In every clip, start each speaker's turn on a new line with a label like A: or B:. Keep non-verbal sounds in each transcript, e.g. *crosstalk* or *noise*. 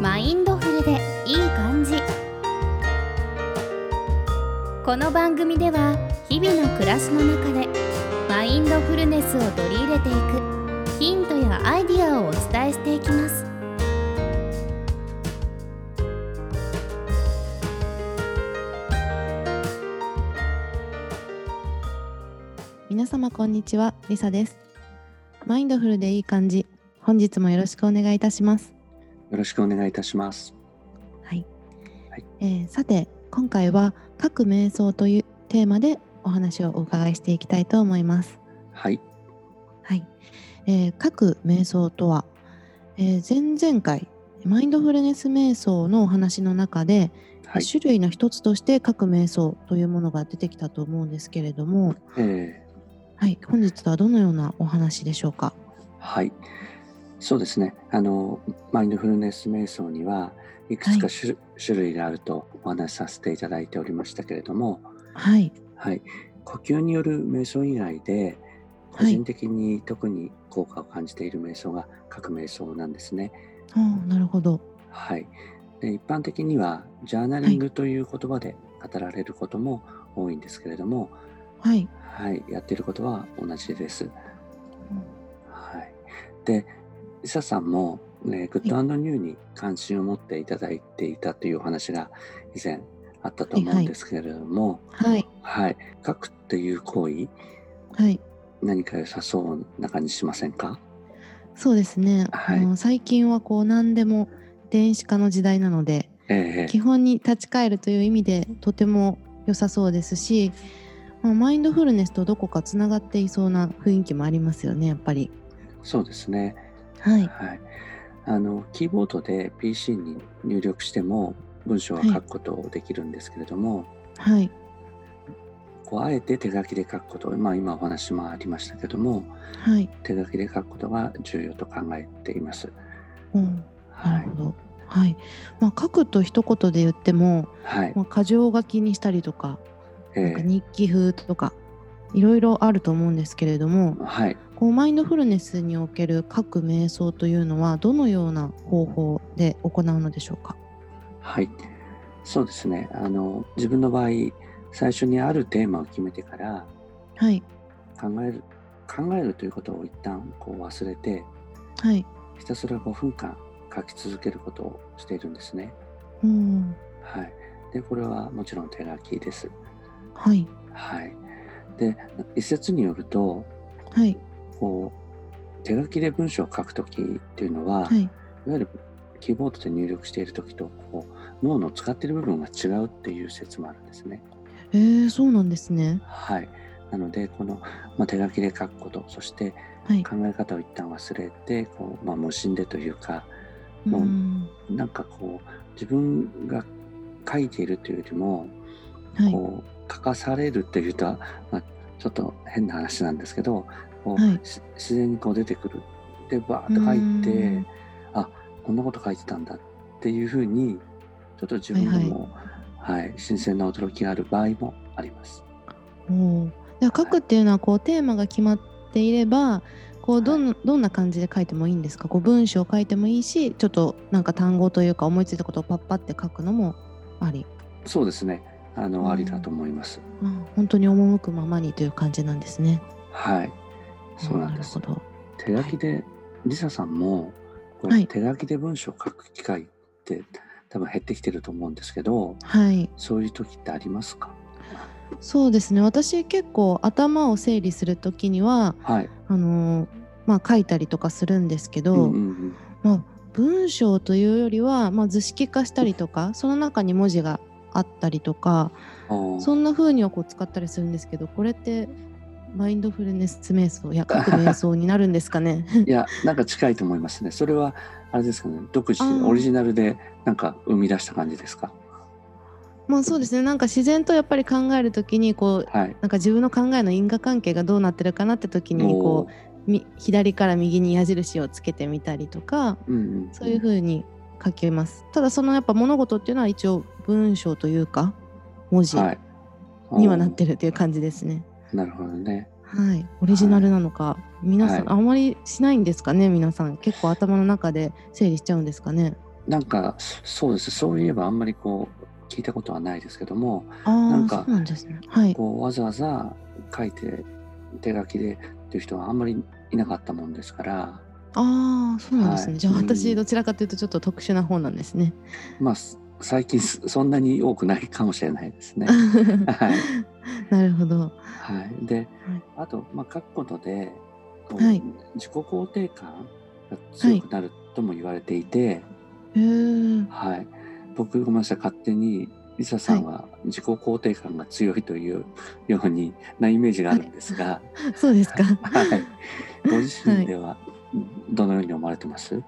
A: マインドフルでいい感じこの番組では日々の暮らしの中でマインドフルネスを取り入れていくヒントやアイディアをお伝えしていきます
B: 皆様こんにちはリサですマインドフルでいい感じ本日もよろしくお願いいたします
C: よろしくお願いいたします。
B: はい、
C: はい
B: えーさて今回は各瞑想というテーマでお話をお伺いしていきたいと思います
C: はい、
B: はい、えー、各瞑想とは、えー前々回マインドフルネス瞑想のお話の中で、
C: はい、
B: 種類の一つとして各瞑想というものが出てきたと思うんですけれども、
C: え
B: はい、本日はどのようなお話でしょうか
C: ーはい、そうですね。あのマインドフルネス瞑想にはいくつか種,、種類があるとお話しさせていただいておりましたけれども、
B: はい
C: はい、呼吸による瞑想以外で個
B: はい
C: 人的に特に効果を感じている瞑想が各瞑想なんですね。
B: あーなるほど
C: はい。で一般的にはジャーナリングという言葉で語られることも多いんですけれども、
B: はい、
C: はい、やっていることは同じです。はい、で、リサさんも、ね、グッドニューに関心を持っていただいていたというお話が以前あったと思
B: はい
C: う
B: はい
C: んですけれども、
B: はい
C: はい、書くっていう行為、
B: はい
C: 何か良さそうな感じしませんか
B: そうですね、
C: はい
B: あの最近はこう何でも電子化の時代なので
C: ええ
B: 基本に立ち返るという意味でとても良さそうですし、まあ、マインドフルネスとどこかつながっていそうな雰囲気もありますよねやっぱり
C: そうですね。
B: はい
C: はい。あの、キーボードで PC に入力しても文章は書くことできるんですけれども、
B: はい
C: こうあえて手書きで書くこと、まあ今お話もありましたけども、
B: はい、
C: 手書きで書くことが重要と考えています。
B: うん、
C: は
B: ないる。ほど、はいまあ、書くと一言で言っても、
C: はい。
B: まあ、箇条書きにしたりとかなん
C: え
B: か
C: え
B: 日記風とかいろいろあると思うんですけれども
C: はい。
B: こうマインドフルネスにおける各瞑想というのはどのような方法で行うのでしょうか
C: はい。そうですね。あの、自分の場合、最初にあるテーマを決めてから、
B: はい
C: 考える、考えるということを一旦こう忘れて、
B: はい
C: ひたすら5分間書き続けることをしているんですね。
B: うん
C: はい。で、これはもちろん手書きです。
B: はい
C: はい。で、一説によると、
B: はい
C: こう、手書きで文章を書くときっていうのは、
B: はい
C: いわゆるキーボードで入力している時とこう脳の使っている部分が違うっていう説もあるんですね。
B: えー、そうなんですね
C: はい、なのでこの、まあ、手書きで書くことそして
B: はい
C: 考え方を一旦忘れてこう、まあ、無心でというか
B: う
C: もうんなんかこう自分が書いているというよりも、
B: はい
C: こう書かされるというと、まあ、ちょっと変な話なんですけどこう、
B: はい
C: し自然にこう出てくるでバーッと書いて。
B: うん
C: こんなこと書いてたんだっていうふうにちょっと自分でも、はい新鮮な驚きがある場合もあります。
B: おーじゃあ書くっていうのはこうテーマが決まっていればこうどんどんな感じで書いてもいいんですかこう文章を書いてもいいしちょっとなんか単語というか思いついたことをパッパって書くのもあり
C: そうですねあの、
B: うん
C: ありだと思います。
B: うん本当に赴くままにという感じなんですね。
C: はいそうなんです
B: な。るほど。
C: 手書きでリサさんもこう
B: はい
C: 手書きで文章を書く機会って多分減ってきてると思うんですけど
B: はい、
C: そういう時ってありますか
B: そうですね。私結構頭を整理する時には
C: はい。
B: あのーまあ書いたりとかするんですけど、
C: うんうんうん
B: まあ文章というよりはまあ図式化したりとか、その中に文字があったりとか、
C: あー
B: そんな風にはこう使ったりするんですけど、これってマインドフルネス瞑想いや各瞑想になるんですかね。 *laughs*
C: いやなんか近いと思いますね。それはあれですかね独自
B: あー
C: オリジナルでなんか生み出した感じですか。
B: まあそうですね。なんか自然とやっぱり考える時にこう
C: はい。
B: なんか自分の考えの因果関係がどうなってるかなって時にこ
C: おー
B: うみ左から右に矢印をつけてみたりとか
C: うんん
B: そういう風に書けます、ただそのやっぱ物事っていうのは一応文章というか文字
C: はい、
B: にはなって
C: る。
B: るっていう感じですね
C: なるほどね。
B: はい、オリジナルなのか、皆さん、
C: は
B: あまりしないんですかね皆さん結構頭の中で整理しちゃうんですかね
C: なんかそうですそういえばあんまりこう聞いたことはないですけどもな
B: あ
C: ん
B: あ、そ
C: か
B: うなんですね。はい。
C: こうわざわざ書いて手書きでっていう人はあんまりいなかったもんですから
B: ああ、そうなんですね。
C: はい
B: じゃあ
C: う
B: 私
C: ん
B: どちらかというとちょっと特殊な方なんです
C: *laughs*
B: ね。
C: まあす最近すそんなに多くないかもしれないですね。い
B: なるほど。
C: はい、で、あと、まあ、書くことでこう、
B: はい
C: 自己肯定感が強くなるとも言われていて、
B: へえ。
C: はい僕ごめんなさい勝手にリサさんは自己肯定感が強いというようになイメージがあるんですが、
B: そうですか。
C: はいご自身ではどのように思われてます、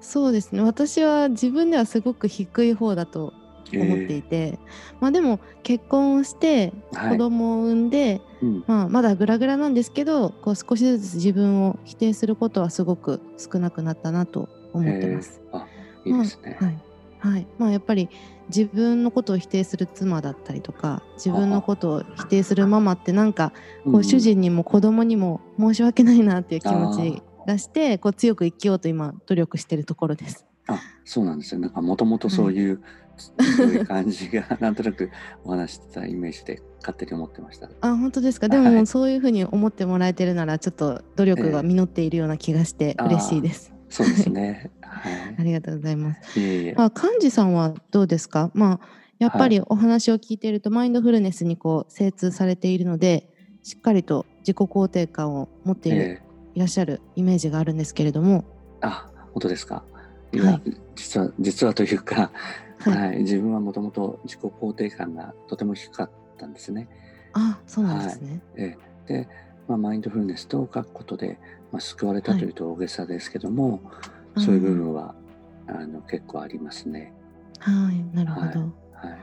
B: そうですね。私は自分ではすごく低い方だと思っていて、まあでも結婚をして
C: は
B: 子
C: い
B: 供を産んで、
C: うん
B: まあまだグラグラなんですけど、こう少しずつ自分を否定することはすごく少なくなったなと思ってます。
C: いいですね。
B: はい。はい。まあやっぱり自分のことを否定する妻だったりとか、自分のことを否定するママってなんかこ
C: うん
B: う主人にも子供にも申し訳ないなっていう気持ちがしてこう強く生きようと今努力してるところです。
C: あそうなんですよなんかもともとそういう、そういう感じが *laughs* なんとなくお話ししてたイメージで勝手に思ってました。
B: あ本当ですか
C: は
B: で
C: い
B: もそういうふうに思ってもらえてるならちょっと努力が実っているような気がして
C: ええ
B: 嬉しいです。
C: そうですね。はい
B: あ。りがとうございます。
C: いえいえ
B: まあ、幹事さんはどうですか、まあ、やっぱりお話を聞いているとマインドフルネスにこう精通されているのでしっかりと自己肯定感を持っている、
C: ええ
B: いらっしゃるイメージがあるんですけれども。
C: あ、本当ですか。い
B: は
C: や
B: い、
C: 実は、実はというか、
B: はい
C: はい、自分はもともと自己肯定感がとても低かったんですね。
B: あそうなんですね。
C: ええで、まあ、マインドフルネスと書くことで、まあ、救われた
B: はい
C: というと大げさですけども、
B: うん
C: そういう部分は、あの、結構ありますね。
B: はい、なるほど。
C: はい。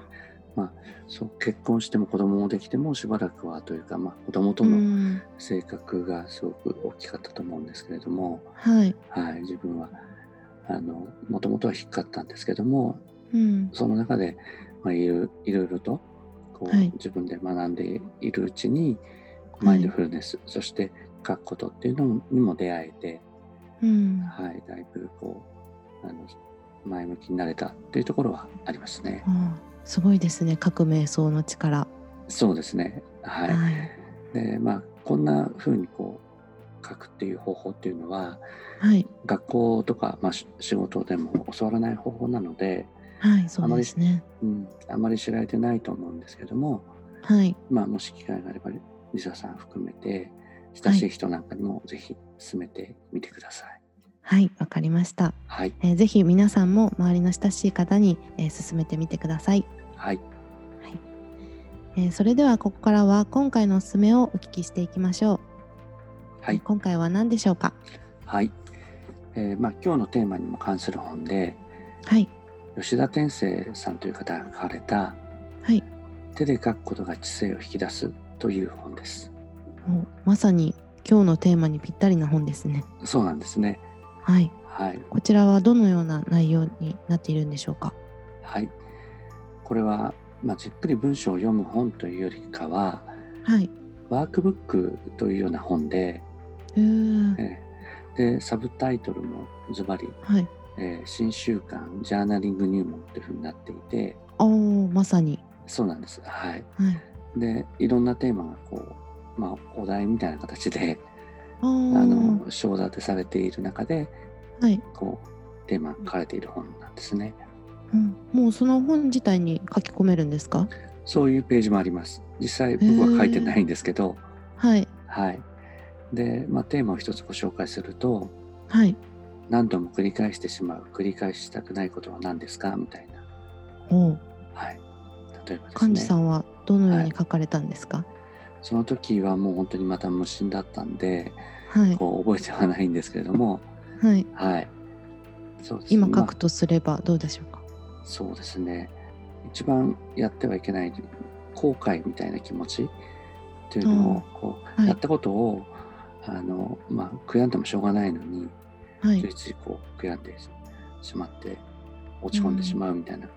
C: まあ、そう、結婚しても子供もできてもしばらくはというか、まあ、子供と
B: う
C: の
B: ん
C: 性格がすごく大きかったと思うんですけれども、
B: はい、
C: はい、自分はあのもともとは低かったんですけども
B: うん、
C: その中で、まあ、いろいろいろとこう、
B: はい
C: 自分で学んでいるうちに
B: はい
C: マインドフルネス、そして書くことっていうのにも出会えて、
B: うん、あ
C: はい、だいぶこうあの前向きになれたっていうところはありますね。
B: あすごいですね。各瞑想の力。
C: そうですね、はい
B: はい、
C: でまあ、こんな風にこう書くっていう方法っていうのは
B: はい、
C: 学校とか、まあ、し仕事でも教わらない方法なので、
B: はい、そうですね。
C: うん、あまり知られてないと思うんですけども、
B: はい、
C: まあ、もし機会があればリサさん含めて親しい人なんかにもぜひ進めてみてください。
B: はい、わかりました。
C: はい、
B: えーぜひ皆さんも周りの親しい方に、えー進めてみてください。
C: はい、
B: えーそれではここからは今回のおすすめをお聞きしていきましょう。
C: はい
B: えー今回は何でしょうか。
C: はいえーまあ、今日のテーマにも関する本で
B: はい、
C: 吉田天成さんという方が書かれた
B: はい、
C: 「手で書くことが知性を引き出す」という本です。
B: もうまさに今日のテーマにぴったりな本ですね。
C: そうなんですね。
B: はい、
C: はい、
B: こちらはどのような内容になっているんでしょうか。
C: はい、これは、まあ、じっくり文章を読む本というよりかは
B: はい、
C: ワークブックというような本で
B: うー
C: ええでサブタイトルもズバリ
B: はい、
C: 「えー新習慣ジャーナリング入門」というふうになっていて
B: おーまさに。
C: そうなんですはい
B: はい。
C: でいろんなテーマがこう、まあ、お題みたいな形で
B: あ
C: あ
B: ー
C: の章立てされている中で
B: はい、
C: こうテーマが書かれている本なんですね
B: うん、もうその本自体に書き込めるんですか。
C: そういうページもあります実際僕は書いてないんですけど、
B: はい、
C: はいで、まあ、テーマを一つご紹介すると
B: はい、
C: 何度も繰り返してしまう繰り返したくないことは何ですかみたいな
B: おう、
C: はい。例えばです
B: 幹事
C: ね
B: さ。んはどのように書かれたんですか。
C: その時はもう本当にまた無心だったんで、
B: はい、
C: こう覚えてはないんですけれども、
B: はい、
C: はい。そうですね
B: 今書
C: ま
B: くとすればどうでしょうか。
C: あそうですね。一番やってはいけない後悔みたいな気持ちというのを、こう、
B: はい
C: やったことをあのまあ悔やんでもしょうがないのに、
B: は
C: つ
B: い
C: い、ついこう悔やんでしまって落ち込んでしまうみたいなこ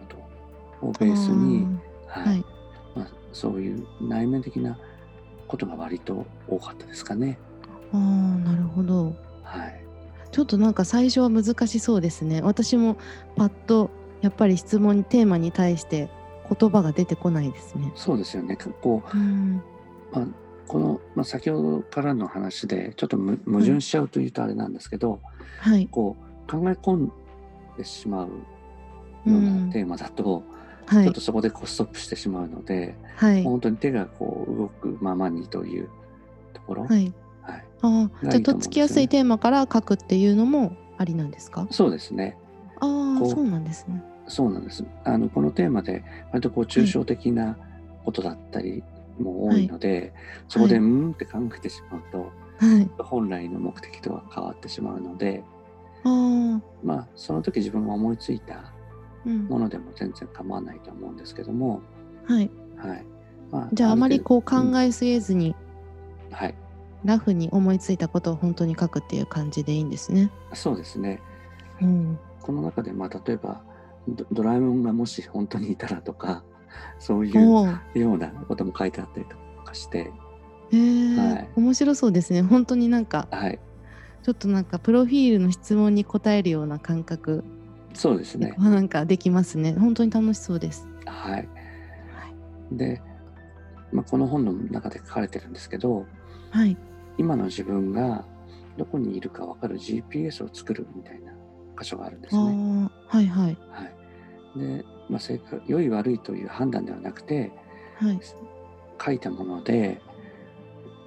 C: とをベースに、
B: あー
C: は
B: はいい、
C: まあ、そういう内面的なことが割と多かったですかね。
B: ああ、なるほど。
C: はい、
B: ちょっとなんか最初は難しそうですね。私もパッとやっぱり質問テーマに対して言葉が出てこないですね。
C: そうですよね。こう
B: うん、
C: まあ、この、まあ、先ほどからの話でちょっとむ矛盾しちゃうというとあれなんですけど、
B: はい、
C: こう考え込んでしまうよ
B: う、
C: うなんテーマだと、
B: は
C: ちょっ
B: い
C: と、そこでこうストップしてしまうので、
B: はい、
C: 本当に手がこう動くままにというところ、
B: はい。
C: はい
B: ああ、
C: が
B: じゃ
C: い
B: あ
C: いと
B: と
C: 思う
B: っ
C: んですよね
B: つきやすいテーマから書くっていうのもありなんですか。
C: そうですね
B: ああ、
C: こう
B: そうなんですね。
C: そうなんですあのこのテーマで割とこう抽象的なことだったりも多いので、そこで
B: は
C: う
B: い
C: ーんって考えてしまうと、
B: はい。
C: 本来の目的とは変わってしまうので
B: ああ、
C: まあその時自分が思いついた
B: うん、
C: ものでも全然構わないと思うんですけども、
B: はい。
C: はいま
B: じゃああまりこう考
C: え、
B: えすぎずに、
C: うんはい
B: ラフに思いついたことを本当に書くっていう感じでいいんですね。
C: そうですね
B: うん、
C: この中で、まあ、例えばドドラえもんがもし本当にいたらとか *laughs* そういうよ
B: おお、
C: うなことも書いてあったりとかして、
B: えー
C: はい
B: 面白そうですね。本当になんか
C: はい、
B: ちょっとなんかプロフィールの質問に答えるような感覚、
C: そうですね。
B: なんかできますね。本当に楽しそうです。
C: はい、で、まあ、この本の中で書かれてるんですけど
B: はい。
C: 今の自分がどこにいるか分かる GPS を作るみたいな箇所があるんですね。
B: ああ、はいはい
C: はい、で、まあ、正解良い悪いという判断ではなくて
B: はい。
C: 書いたもので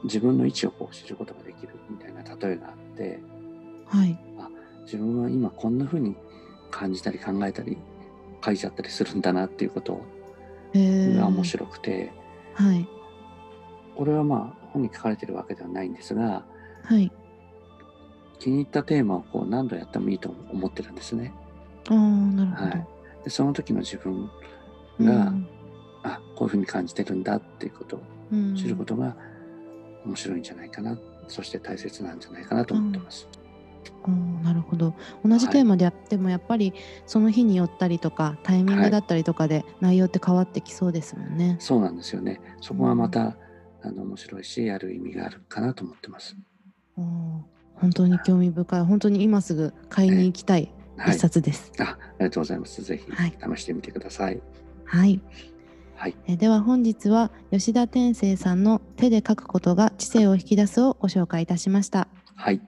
C: 自分の位置をこう知ることができるみたいな例えがあって
B: はい。
C: 自分は今こんな風に感じたり考えたり書いちゃったりするんだなっていうこと
B: えー、
C: が面白くて、
B: はい
C: これはまあ本に書かれてるわけではないんですが
B: はい。
C: 気に入ったテーマをこう何度やってもいいと思ってるんですね。
B: ああ、なるほ
C: は
B: ど。
C: い、でその時の自分
B: うん
C: が、あこういう風に感じてるんだっていうことを
B: うん
C: 知ることが面白いんじゃないかな、そして大切なんじゃないかなと思ってます。
B: うんなるほど同じテーマでやってもやっぱりその日によったりとかタイミングだったりとかで内容って変わってきそうですもんね。
C: そうなんですよね。そこがまた、あの面白いし、ある意味があるかなと思ってます。
B: うん本当に興味深い本当に今すぐ買いに行きたい
C: は
B: 一
C: い。
B: 冊です。
C: あ、ありがとうございます。ぜひ
B: はい
C: 試してみてください。
B: はい
C: はい。
B: えでは本日は吉田天成さんの「手で書くことが知性を引き出す」をご紹介いたしました。
C: はい。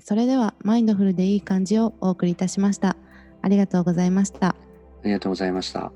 B: それではマインドフルでいい感じをお送りいたしました。ありがとうございました。
C: ありがとうございました。